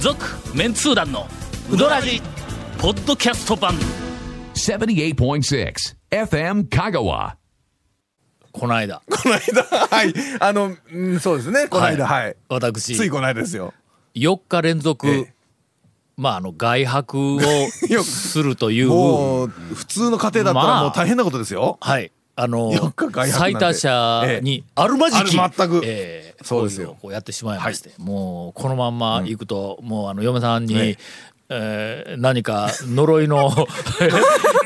続メンツー団のウドラジポッドキャスト版78.6 FM Kagawa. この間この間 はいあの、うん、そうですねこの間はい、私ついこの間ですよ4日連続、ええまああの外泊を よするというもう普通の家庭だったまあらもう大変なことですよ、 はいあの4日外泊なん最て多者にあるまじき、ある全くええそうですよこうやってしまいまして、もうこのまんま行くと、もうあの嫁さんに、ええー何か呪い の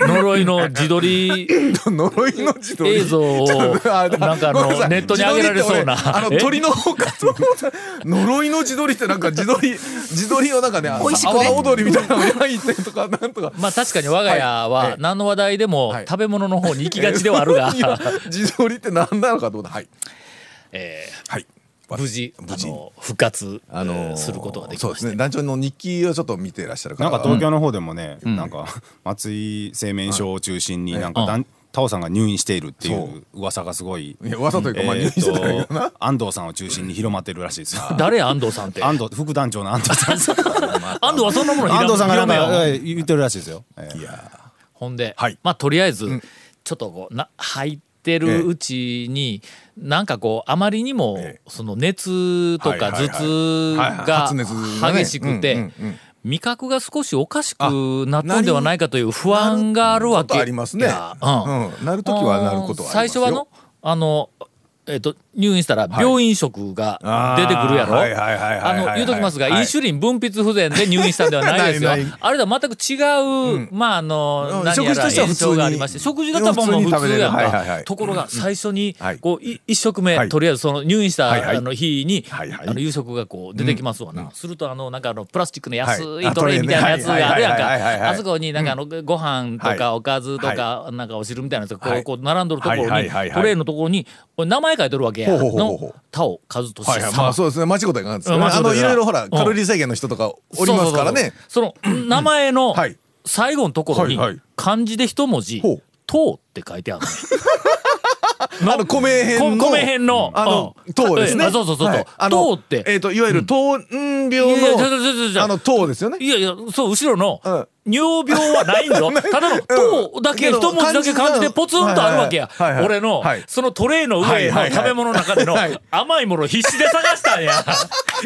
呪いの自撮り呪いの自撮り映像を あなんかあごめのさいネットに上げられそうな自撮りって俺あ のえ鳥の方かと思った 呪いの自撮りってなんか自撮り 自撮りをなんかねあの美味しくね阿波踊りみたいなのを焼いてとか なんとかまあ確かに我が家はいはええ何の話題でもはい食べ物の方に行きがちではある が、いや自撮りって何なのかと思ったはい えはいー無事無事あの復活、あのーえーすることができそうましですた、ね団長の日記をちょっと見てらっしゃるかならんか東京の方でもね、なんか 松井製麺所を中心になんかだんタオさんが入院しているっていう噂がすごい。いや噂というか、まあ、え入院してたけーどな、と安藤さんを中心に広まってるらしいですよ。誰安藤さん って安藤副団長の安藤さん。安藤はそんな もの安藤さんがな広んめよかえー言ってるらしいですよ。えーほんで、はいまあとりあえず、ちょっとこうな入ってるうちに、なんかこうあまりにも、ええその熱とはかいはいはい頭痛はいはいが発熱がね激しくて、うんうんうん味覚が少しおかしくなったんではないかという不安があるわけなることありますねやうんなるときはなることはありますよ最初はのあのえっと入院したら病院食が出てくるやろ、あーはいはいはいはいはいあの言うときますが、はいインシュリン分泌不全で入院したんではないですよ ないないあれとは全く違う、まああのうん何やら食事としては普通に炎症がありまして食事だったらもう普通に普食べ通れるやんか、はいはいはいところが最初にはいこうい一食目、はいとりあえずその入院した、はいはいあの日に、はいはいあの夕食がこう出てきますわな、するとあのなんかあのプラスチックの安はいいあトレイみたいなやつトレイねがあるやんはいはいはいはいかはいあそこになんかあのご飯とはかおかずとかなんかお汁みたいなやつがこはういこう並んどるところにはいはいはいはいトレイのところにこれ名前書いてるわけやほうほうほうほうの田尾和俊はいさはい、まあそうですね間違ったらいかんですよねうん間違あったらのいろいろほらうんカロリー制限の人とかおりますからねそう そうそうそうその名前のはい最後のところにはいはい漢字で一文字ほう「とう」って書いてある あ の米こ編の米編のあのうん糖ですあねそうそうそうそうはいあの糖ってえっといわゆる糖尿病いやいやちょちょちょちょのあの糖ですよの。ねいやいや、そう、後ろのうん、尿病はないんだ。 ただの、とだけ、けど一文字だけ漢字でポツンとあるわけやはいはいはいはい。はい俺のはい、そのトレイのは上いはのいはい食べ物の中でのはい甘いものを必死で探した んや。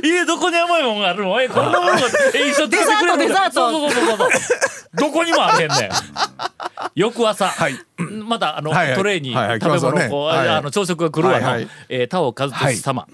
家どこに甘いものがあるのえ、こんなものが、え、一緒に作ってくれるのデザートそうそうそうそうそう。どこにもあれへん ねん。翌朝、また、あの、はいはいトレイにはいはい食べ物を来こう、ますわねはいあの、朝食が来るわはのいはい、えー、田尾和俊様、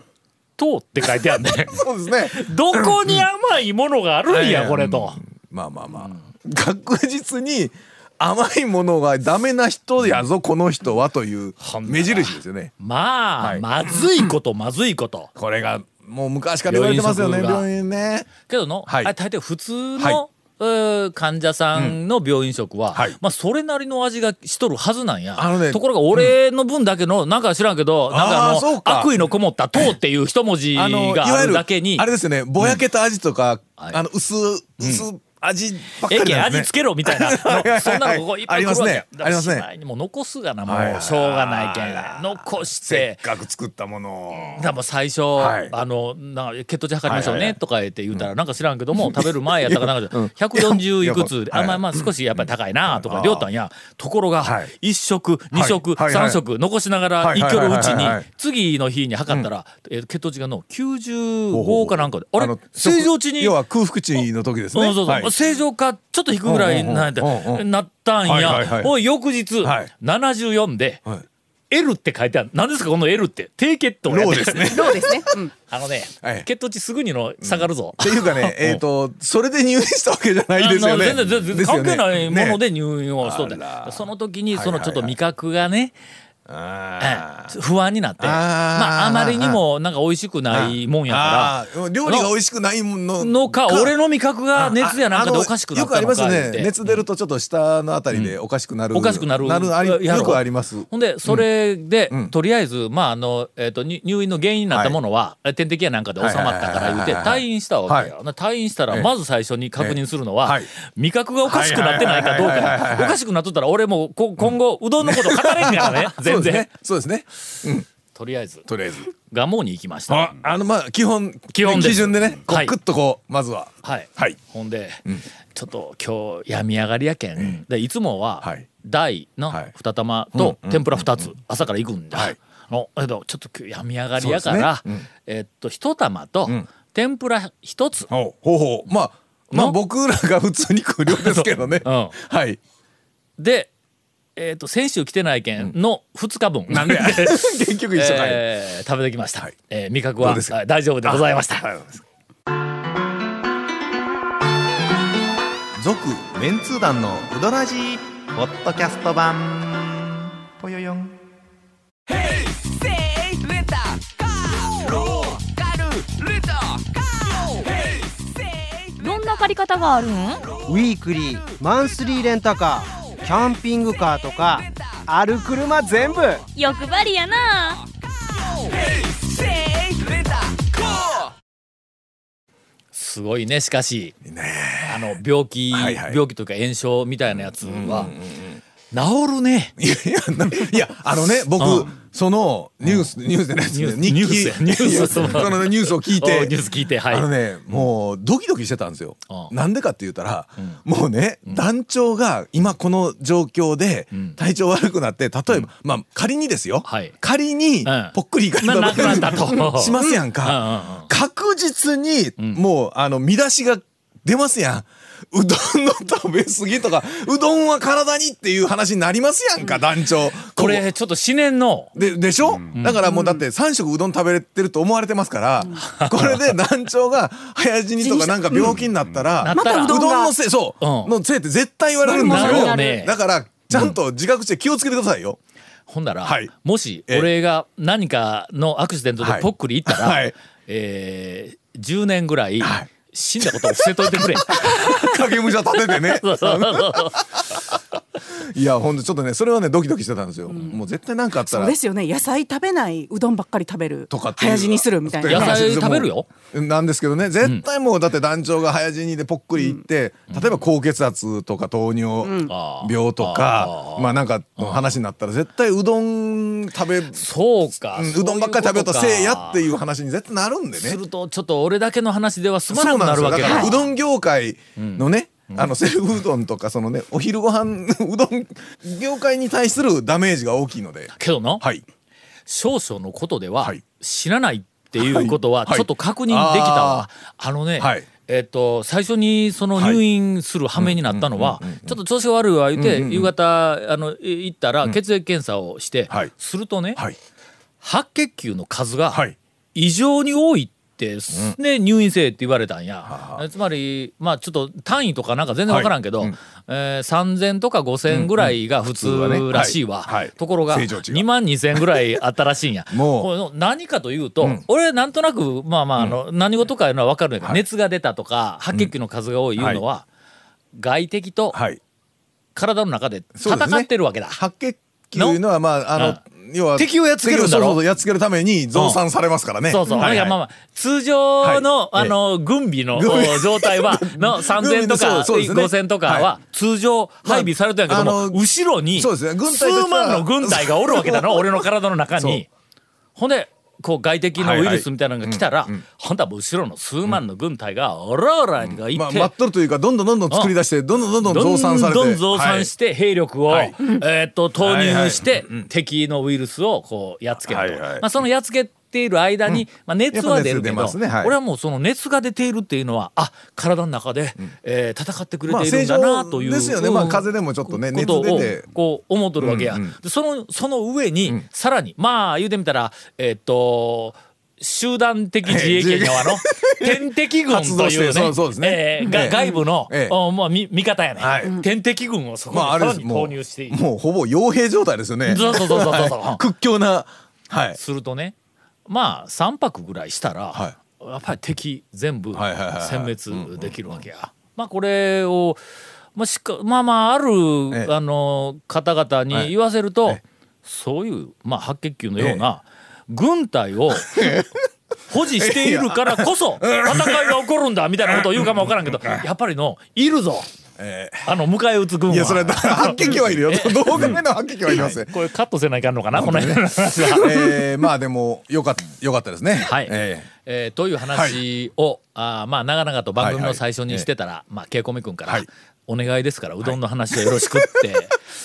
とうって書いてあ るねん。そうですねどこに甘 いものがあるんや、これと。まあまあまあ、確実に甘いものがダメな人やぞこの人はというほんなら目印ですよねまあ、はいまずいこと、まずいこと。これがもう昔から言われてますよね病病院ねけどの、はいあれ大体普通の、はえー患者さんの病院食は、はいまあ、それなりの味がしとるはずなんや、あのねところが俺の分だけの、なんか知らんけどなんかああーそのうか悪意のこもった「とう」っていう一文字があのいわあゆるるだけにあれですよねぼやけた味とか、はいあの薄薄、味ばっかええりけんなんですね味つけろみたいないはいそんなのここいっぱい来るわけありますねありますねだからしまいにもう残すがなもはいはいはういしょうがないけん残しせてっかく作ったものだからもう最初、はいあのな血糖値測りましょうはいはいはねいとか言って言うたら、なんか知らんけども食べる前やったかなんか で140いくつで、はいあまあまあ少しやっぱり高いなとか両たんやところがはい1食2食、はいはいはい3食残しながらはいいけるうちはいはいにはいはい次の日に測ったら、えー血糖値がの95かなんかでああれの正常値に要は空腹値の時ですねうんそうそうはい正常かちょっと引くぐらいなんやてうんうんうんうんなったんはいはいやはいおい翌日、はい74で、はい L って書いてある何ですかこの L って低血糖やロでーで すねっどうですね。うん。あのね、はい血糖値すぐにの下がるぞ。てい うかねえっ、とそれで入院したわけじゃないですよねあの全然全で然すよ関ね係ないものねで入院をしとって、ねあらその時にそのはいはいはいちょっと味覚がね、あええ不安になってあーまああまりにもなんか美味しくないもんやかーあー料理が美味しくないものらのか俺の味覚が熱やなんかでおかしくなったのかよくあります言ってね熱出るとちょっと下のあたりでおかしくなる、おかしくなるありやろよくありますほんでそれで、うんとりあえず、まああのえー、とに入院の原因になったものは、え点滴やなんかで収まったから言ってはいはいはいはいは退い院したわけよ、な退院したらええまず最初に確認するのは、はい味覚がおかしくなってないかどうかはいはいはいはいはいはいはいおかしくなっとったら俺もこ今後うどんのこと語れんからね全 そうで然すね。そうですねとりあえずとりあえず蒲生に行きましたああのまあ基本基本です基準でねこはういクッとこうまずははい、はいほんで、ちょっと今日病み上がりやけん、でいつもははい大のはい二玉と天ぷら二つ、朝から行くんだ、はいあのえっとちょっと今日病み上がりやかそら、うですねえっと一玉と天ぷら一つ、ほうほうほうまあまあの僕らが普通に食う量ですけどね うんはいで、えっと先週来てないけんの二日分、なんで 結局一緒かいえー食べてきました、はいえー味覚どはうですかあ大丈夫でございました続メンツー団のウドラジーポッドキャスト版ぽよよんどんな借り方があるんウィークリーマンスリーレンタカーキャンピングカーとかある車全部欲張りやなすごいねしかしあの病気、はいはい病気というか炎症みたいなやつは、治るねいやいや ないやあのね僕うそのニュースニュースじゃないですねニュースニュース日記ニュースそのニュースを聞いおてニュース聞いてはいあのねもうドキドキしてたんですようんなんでかって言ったらもうね団長が今この状況でん体調悪くなって例えばまあ仮にですよはい仮にうんぽっくりいかれたななくなったとしますやんうんうかんうん確実にもうあの見出しが出ますやんうどんの食べ過ぎとかうどんは体にっていう話になりますやんか団長これちょっと思念のででしょ、だからもうだって3食うどん食べれてると思われてますから、これで団長が早死にとかなんか病気になったら、うんまたううどんどんがのせいそう、うんのせいって絶対言われるんですなるよよねだからちゃんと自覚して気をつけてくださいよ、ほんなら、はいもしええ俺が何かのアクシデントでぽっくりいったら、はいえー10年ぐらいはい死んだことを伏せといて くれ。影武者立ててねそうそうそう いやほんとちょっとねそれはねドキドキしてたんですよ、もう絶対何かあったそうらですよね野菜食べないうどんばっかり食べるとかっていう早死にするみたい野な菜食べるよなんですけどね絶対もうだって団長が早死にでぽっくりいって、例えば高血圧とか糖尿病とか、まあなんかの話になったら絶対うどん食べそうか、うんそうどんばっかり食べようとせいやっていうう話に絶対なるんでね。するとちょっと俺だけの話では済まなそうくなんなでするよわだけからうどん業界のね、あのセルフうどんとかそのねお昼ご飯うどん業界に対するダメージが大きいので、けどな、はい、少々のことでははい知らないっていうことははいちょっと確認できたわ、はいあのね、はいえっと最初にその入院する羽目になったのはちょっと調子悪いわ言って夕方あのい行ったら血液検査をして、はいするとね、はい、白血球の数がはい異常に多いってす、ね入院せえって言われたんや、つまりまあちょっと単位とかなんか全然分からんけど、えー3,000とか5,000ぐらいが普うんうん普通は通ねらしいわ、はいはいところが正常値が2万2,000ぐらいあったらしいんや もうこの何かというと、俺なんとなくまあまああの、何事かいうのは分かるんやけど、熱が出たとか白血球の数が多いいうのは、外敵とはい、体の中でそう戦ですねってるわけだ。白血球いうのはまああの要は敵をやっつけるんだろ敵をそうそうやっつけるために増産されますからね。そうそう。はいなんかまあまあ、通常の、はいあの、軍備の軍備お状態 は、の3000と軍備のそうか、そうですね5000とかはは、通常配備されてるんやけども、まああの後ろに、そうですね軍隊としては数万の軍隊がおるわけだ な、俺の体の中に。ほんで、こう外敵のウイルスみたいなのが来たら、ほんとはもう後ろの数万の軍隊が、おらおらがいまあ、て、待っとるというかどんどんどんどん作り出してどんどんどんどん増産されて、どんどん増産してて兵力を、はいえーっと投入して敵のウイルスをこうやっつけると、はいはいまあ、そのやっつけている間に、まあ、熱は出るけやっど、ぱ熱出ますねはい俺はもうその熱が出ているっていうのはあ体の中で、えー戦ってくれまあているんだなという、正常ですよねまあうん風邪でもちょっとね熱こと出をてこう思っとるわけや、うんうんでそのその上に、さらにまあ言うてみたらえーっと集団的自衛権側 の天敵軍活と動しいてうそうねそうですねえーがええ外部の、ええおまあ、み味方やね、はい天敵軍をそこまにあ、さあれでらすにも投入していくうもうほぼ傭兵状態ですよねそうそうそうそうそうそうはい 屈強なはいするとねまあ3泊ぐらいしたら、はやっぱり敵全部はいはいはいはい殲滅できるわけや。まあこれを、まあ、しっかまあまあある、ええあの方々はにい言わせると、えそういう、まあ、白血球のような軍隊 を保持しているからこそ戦いが起こるんだみたいなことを言うかも分からんけどやっぱりのいるぞえあの迎え撃つ軍ーはいやそ れは白血球はいるよ動画目の白血球はいりますねこれカットせないかんのかなこの辺の話は。えーまあでもよかっよかったですねはい、ええーという話を、あーまあ長々と番組はいはのい最初にしてたら、まあけいこみ君から、はいお願いですからうどんの話はよろしくって、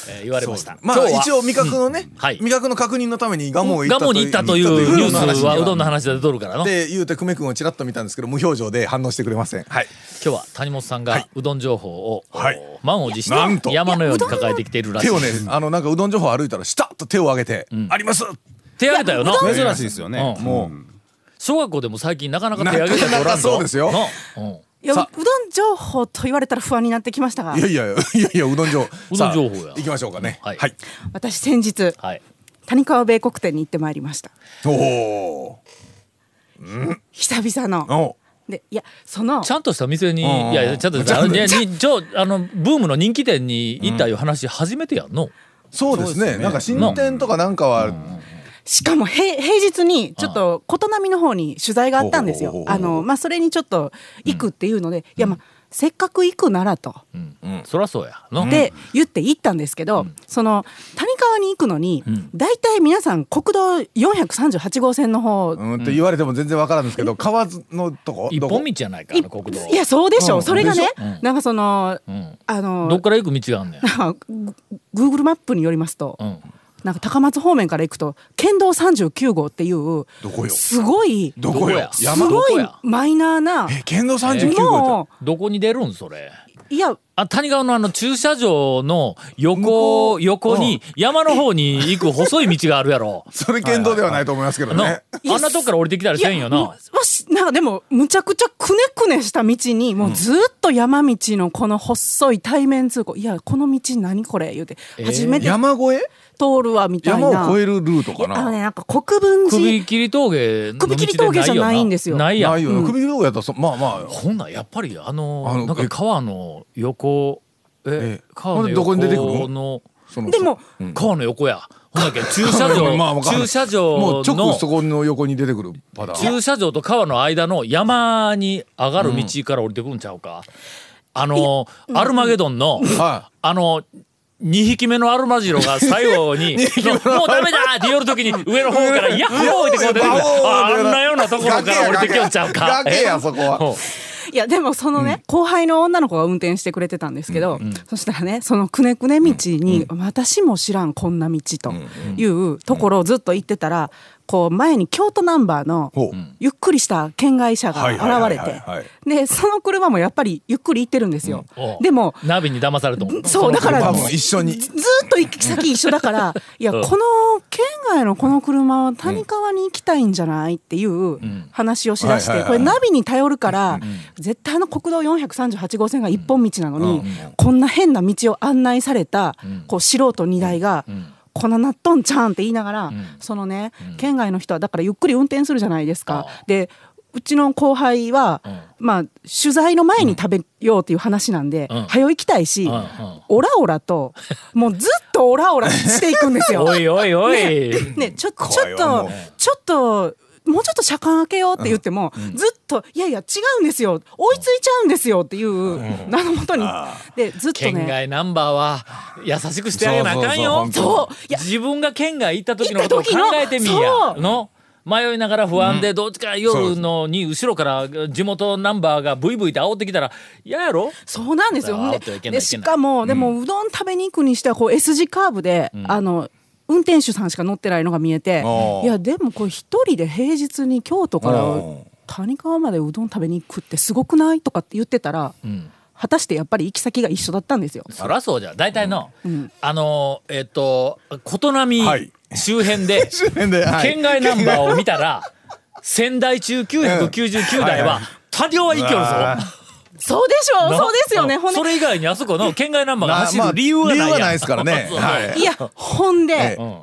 えー言われましたー。まあ今日は一応味覚のね、はい味覚の確認のためにガモへ行ガったモに行ったというニュースはうどんの話話で出とるからの。今で言うて久米君をちらっと見たんですけど無表情で反応してくれませんはい日は谷本さんがうどん情報を、はいお満を持しなんてと山のように抱えてきているらしい手をね。あのなんかうどん情報歩いたらしたっと手を挙げて、あります手挙げたよな。珍しいですよねうんも小学校でも最近なかなか手なか挙げてなかそうですよなうんいやうさうどん情報と言われたら不安になってきましたがいやいやいやいやうどん情報 うどん情報やさあ行きましょうかねははいい、私先日はい。谷川米国店に行ってまいりましたおお久々のおでいやそのちゃんとした店に、んいやいや、ちゃんとしちた、ゃあんの、とねにちょ、あの、ブームの人気店に行ったいう話初めてやんの。そうですねなんか進展とかなんかは、しかも平平日にちょっと琴波の方に取材があったんですほうよほうほうあのまあそれにちょっと行くっていうので、いやまあせっかく行くならと、そらそうや。の。で言って行ったんですけど、その谷川に行くのに、大体皆さん国道438号線の方、うん、って言われても全然わからんですけど川津のとこ一どこ本道じゃないかいな、国道。いやそうでしょ、うんそれがねで、なんかその、んあのどっから行く道があんねん。グ Google マップによりますと、うん。なんか高松方面から行くと県道39号っていうどこよすごいどこどこよやす山ごいどこやマイナーなえ県道三十九号っもどこに出るん、それ。ういやあ、谷川のあの駐車場の横、こ横に、山の方に行く細い道があるや ろ。てそれ県道ではないと思いますけどね、の、あんなとこから降りてきたりいせやんよもな。うわしなんかでもむちゃくちゃくねくねした道にもうずっと山道のこの細い対面通行いやこの道何これ言うてえー初めて山越え通るわみたいな、山を越えるルートかいやあなのねなんか国分首寺切り峠の道で首切り峠じゃないんですよないやんないよ、首の方やったらそまあまあよほんなんやっぱりあのあのなんかえ川の横えええ川のほんでどこに出てくる横のそのでも川の横やほん だけ駐車まあ場わかんない駐車場もう直そのこの横に出てくるパターン駐車場と川の間の山に上がる道から降りてくるんちゃうかあのアルマゲドンのはあの2匹目のアルマジロが最後に のもうダメだ!」って言う時に上の方から「ヤッホー!」ってこう出てくるバオあーンあんなようなところから降りてきよっちゃうか崖やそこはほう いやでもそのね、後輩の女の子が運転してくれてたんですけど、そしたらねそのくねくね道に、私も知らんこんな道というところをずっと行ってたらこう前に京都ナンバーのほうゆっくりした県外車が現れはいはいてはいはいはいでその車もやっぱりゆっくり行ってるんですよ。おうでもナビに騙されると思うそうだから多分一緒にずずーっと行き先一緒だ からいやこの県外のこの車は谷川に行きたいんじゃないっていう話をしだしはいてはいこはれいナビに頼るから絶対あの国道438号線が一本道なのにこんな変な道を案内されたこう素人2台が。こんななっとんちゃうんって言いながら、そのね、県外の人はだからゆっくり運転するじゃないですか。でうちの後輩は、まあ取材の前に食べようっていう話なんで、ん早よ行きたいし、んうんオラオラともうずっとオラオラしていくんですよ。 おいおいおい、ねちょちょ怖いっわもとうちょっともうちょっと車間開けようって言っても、ずっと「いやいや違うんですよ追いついちゃうんですよ」っていう名のもとに、でずっと県ね外ナンバーは優しくしてあげなあかんよそうそうそう本当そういや自分が県外行った時のことを考行った時のえてみいそやうの迷いながら不安でどっちか夜のに後ろから地元ナンバーがブイブイと煽ってきたら嫌やろそうなんですよあーでいけないいけないでしかもでもうどん食べに行くにしてはこう S 字カーブで、あの運転手さんしか乗ってないのが見えてーいやでもこれ一人で平日に京都からうん谷川までうどん食べに行くってすごくないとかって言ってたら、果たしてやっぱり行き先が一緒だったんですよ。そらそうじゃ大体の、あのえっ、と琴波はい周辺 で辺ではい県外ナンバーを見た ら仙台中999台は多量は行きよるぞ。そうでしょ うなそうですよねんほんでそれ以外にあそこの県外ナンバーが走る理由がないやんまあ理由がないですから ねそうはいいやほんで、ええほん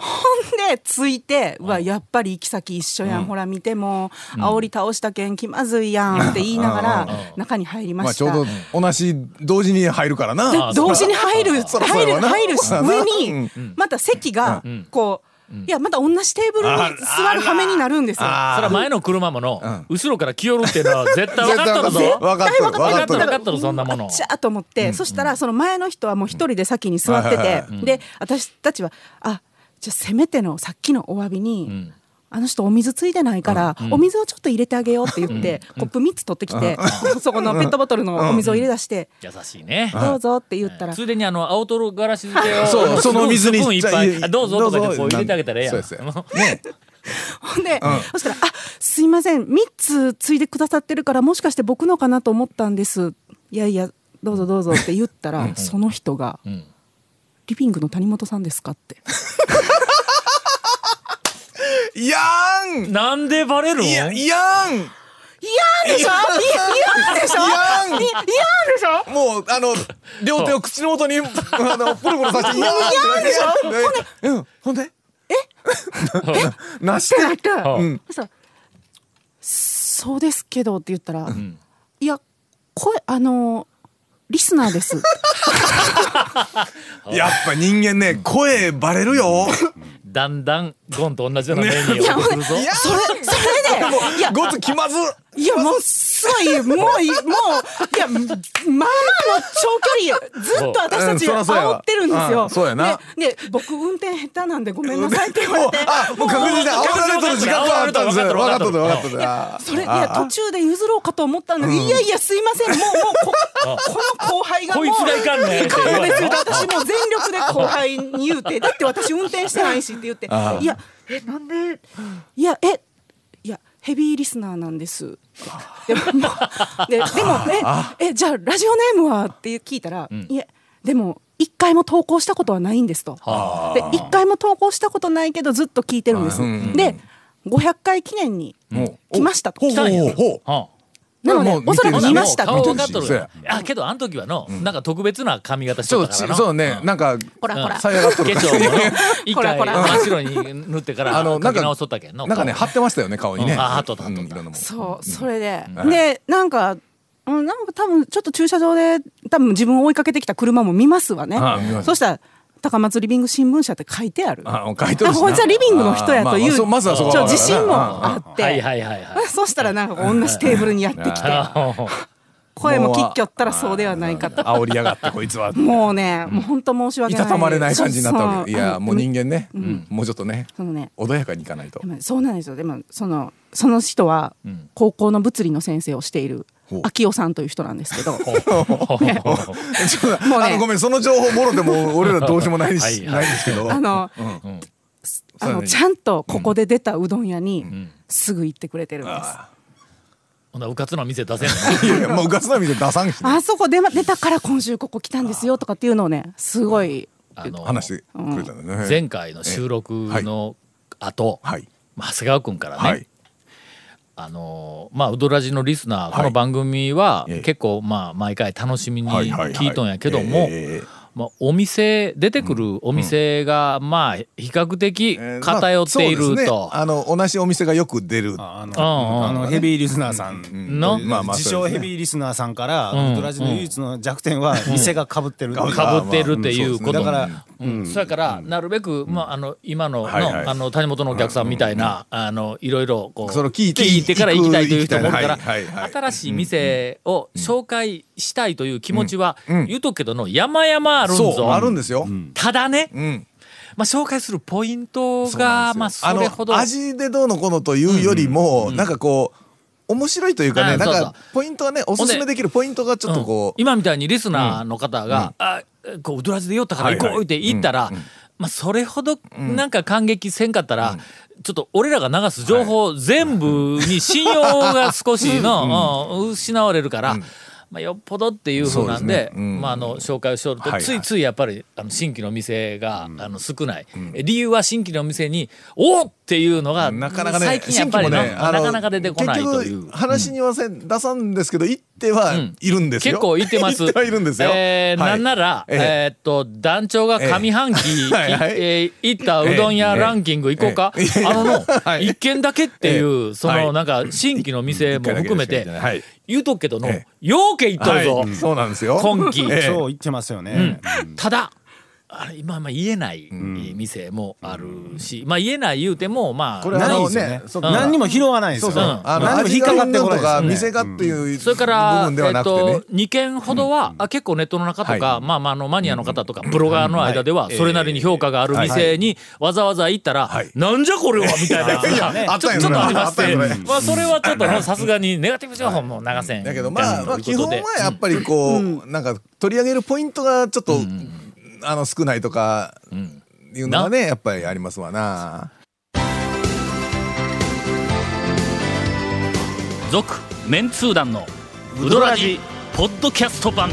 でついてうわやっぱり行き先一緒やん、ほら見ても煽り倒したけん気まずいやんって言いながら中に入りままあしちた。ょうど同じ同時に入るからな 同時に入る そらそう入やるわな入るしそうやな上にまた席がこう。いやまた同じテーブルに座る羽目になるんですよ。それは前の車もの、後ろから来よるっていうのは絶対分かっとるぞ絶対分かっとる分かっとる分分かかっっととるそんなものあっちゃーと思って、そしたらその前の人はもう一人で先に座ってはいはいて、で私たちはあじゃあせめてのさっきのお詫びに。あの人お水ついてないから、お水をちょっと入れてあげようって言って、コップ3つ取ってきて、そこのペットボトルのお水を入れ出して、優しいねどうぞって言ったら、ついでにあの青トロガラシ漬けを そうその水にスプーンいっぱじゃあいあどうぞとか言ってどこううぞ入れてあげたらええやんそうですよもほ んで、そしたら「あすいません3つついでくださってるからもしかして僕のかなと思ったんです」「いやいやどうぞどうぞ」って言ったらその人が、んリビングの谷本さんですか?」ってやう なんでバレるんんいややん「でしょいやでしょやんいやでしょもうあの両手を口の元にあのプルプルさせて「いやーん」でしょうんほんでえ な してってなって、うんそしたらそうですけど」って言ったら「いや声あのリスナーです」やっぱ人間ね声バレるよだんだんゴンと同じようなメニューを送るぞいやそれそれでもうごつ気まずいや、もう、すごい、もう、もう、いや、まあまあの長距離、ずっと私たうんちそらそうやわ煽ってるんですうんよ。そうやなで、で僕、運転下手なんでごめんなさいって言わもれうて。あもう確実に煽られとる自覚はあったんですよ分かっとる分かっとるそれ、いや、途中で譲ろうかと思ったんだけど、いやいや、すいません、もう、もう、こ この後輩がもこう、いつがいかんねんって言そうわれでするよ私もう全力で後輩に言うてだって私運転してないしって言って「いやえなんでいやえいやヘビーリスナーなんです」でももうででもええじゃあラジオネームは?」って聞いたら「いえでも一回も投稿したことはないんです」と。で一回も投稿したことないけどずっと聞いてるんです。で500回記念に来ましたと。ほうほううほうんなのもう見てでるおそらほくな見ましたもうと顔分かっとるそうよやあけどあの時はのなんか特別な髪型しちょとっったとからちのそうねなんかほらほらさやがっと化る粧もの一 こら回こら真っ白に塗ってからあの書なんきか直しとったけんのなんかね貼ってましたよね顔にねうんあ貼っとった貼っとったうんいろんなもんそうそれで、んでなんかうんなんか多分ちょっと駐車場で多分自分を追いかけてきた車も見ますわね、あ見ますそしたら高松リビング新聞社って書いてあるあ書いとるしなあこいつはリビングの人やというあまあそうまずはそこちょは自信もあって、はいはいはい はいそしたらなんか同じテーブルにやってきて声も切っきょったらそうではないかと煽りやがってこいつはもうねもう本当申し訳いないたたまれない感じになったわけいそうやんもう人間ねもうちょっとねそのね穏やかにいかないとでもそうなんですよでもそのその人は高校の物理の先生をしているほう秋代さんという人なんですけ どちょっともうねあのごめんその情報もろでも俺らどうしようもない はしいないんですけどあのあそうのねちゃんとここで出たうどん屋にすぐ行ってくれてるんです。ほんならうかつな店出せんの いやいやもううかつな店出さんしねあそこ出,、ま、出たから今週ここ来たんですよとかっていうのをねすごいあの話してくれたんだね前回の収録の後、はいまあ長谷川君からね、はいあのーまあウドラジのリスナー、いこの番組はええ結構まあ毎回楽しみにはいはいはい聞いとんやけども、ええまあお店出てくるお店がまあ比較的偏っていまあそうでるすねと。あの同じお店がよく出るあうあのんうんあのヘビーリスナーさんのまあまあ自そう称ですねヘビーリスナーさんから、んウドラジの唯一の弱点は店が被ってるっていう、かぶってるっていうこと、だから、うん、そやからなるべく、まあ、あの今の,、はいはいのあの谷本のお客さんみたいな、あのいろいろこうその聞いててから行きたいという人もおるから、行きたいなはいはいはい新しい店を紹介したいという気持ちは、言うとくけどの山々あるんぞそうあるんですよただね、うんまあ、紹介するポイントそうながんまあですそよれほどあの味でどうのこうのというよりもなんかこう面白いというかねあなんそうそうかポイントはねおすすめできるポイントがちょっとこうん今みたいにリスナーの方が「あこうウドラジで寄ったから行こ」はいうはっいて言ったら、まあ、それほどなんか感激せんかったら、ちょっと俺らが流す情報全部に信用が少しの、うん失われるから。まあ、よっぽどっていうふうなんでそうですねうんまあ、あの紹介をしよると、はいはいついついやっぱりあの新規の店が、あの少ない、理由は新規の店に「おっ!」っていうのがうなかなかね最近やっぱり新な,、規もねあなのかなか出てこないとい結う局。話にはせん出さんですけど行ってはいるんですよ結構いてます。行 ってはいるんですよえーはいなんなら、ええーえっと、団長が上半期、 えはいはいえー行ったうどん屋ランキング行こうか。ええええあの の、はい一軒だけっていう、ええそはいの、なんか、新規の店も含めて、はい言うとくけどの、ええようけ行っとるぞ、はいそうなんですよ今期。ええそう言ってますよね、ただ、あれ今まあ言えない店もあるし、まあ言えない言うてもまあこれはなあいんのですよねねそう何にも拾わないんですそうそよううんあの何にも味引っがかかうっんてぬんことないですよかね店かっていうそれか部ら、分ではえっなくてねと2件ほどは、あ結構ネットの中とか、まあまああのマニアの方とか、ブロガーの間でははいそれなりに評価がある店にわざわざ行ったら、はいなんじゃこれはみたいなやついやが、ねあっちょたんちょやっとありまあして、ったんやねまあそれはちょっともうさすがにネガティブ情報も流せんだけどまあまあと基いうこ本とはでやっぱりこうなんか取り上げるポイントがちょっとあの少ないとかいうのはねやっぱりありますわな続メンツー団のウドラジポッドキャスト版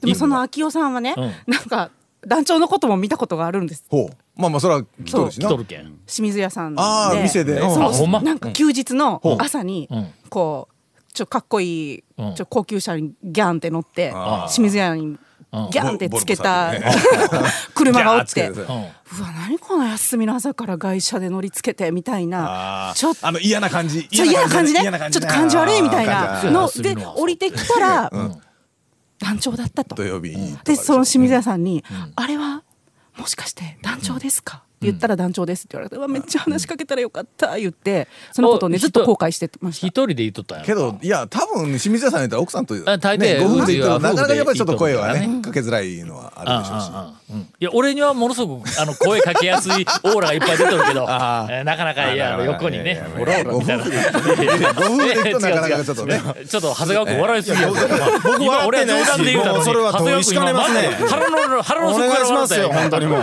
でもその秋代さんはね、うんなんか団長のことも見たことがあるんですほうまあまあそれは来とるし来なとるけん、清水屋さんでああ店でうんあほんまなんか休日のうん朝にうんこうちょっとかっこいいちうょんっと高級車にギャンって乗ってああ清水屋にギャンってつけたボ ル車がおっギャーてっつけてうさんうわ何この休みの朝から外車で乗りつけてみたいなあーちょっとあの嫌な感じそう嫌な感じね嫌なちょっと感じ悪いみたあいーな感じ悪の休みでの朝降りてきたら、団長だったと土曜日にでその清水屋さんに「あれはもしかして団長ですか?」言ったら団長ですって言われて、うわめっちゃ話しかけたらよかった言ってそのことをねおずっと後悔してま一した人で言っとったんやけどいや多分清水屋さんやったら奥さんとねあ大抵ご夫婦で行うちはってなかなかやっぱりちょっと声は夫婦で行っとるからねねかけづらいのはあるでしょうしうんうんうんうんいや俺にはものすごくあの声かけやすいオーラがいっぱい出てるけど、えあーなかなかいやあー横にねいオラオラみたいな。ごご夫婦で行くとなかなかちょっとねちょっと長谷川君笑いすぎや僕今笑俺っはてない冗し談で言うたのにもうそれは長谷川君今取りしかねますね腹の腹のお底か願らい笑しまっすたよ本当にもう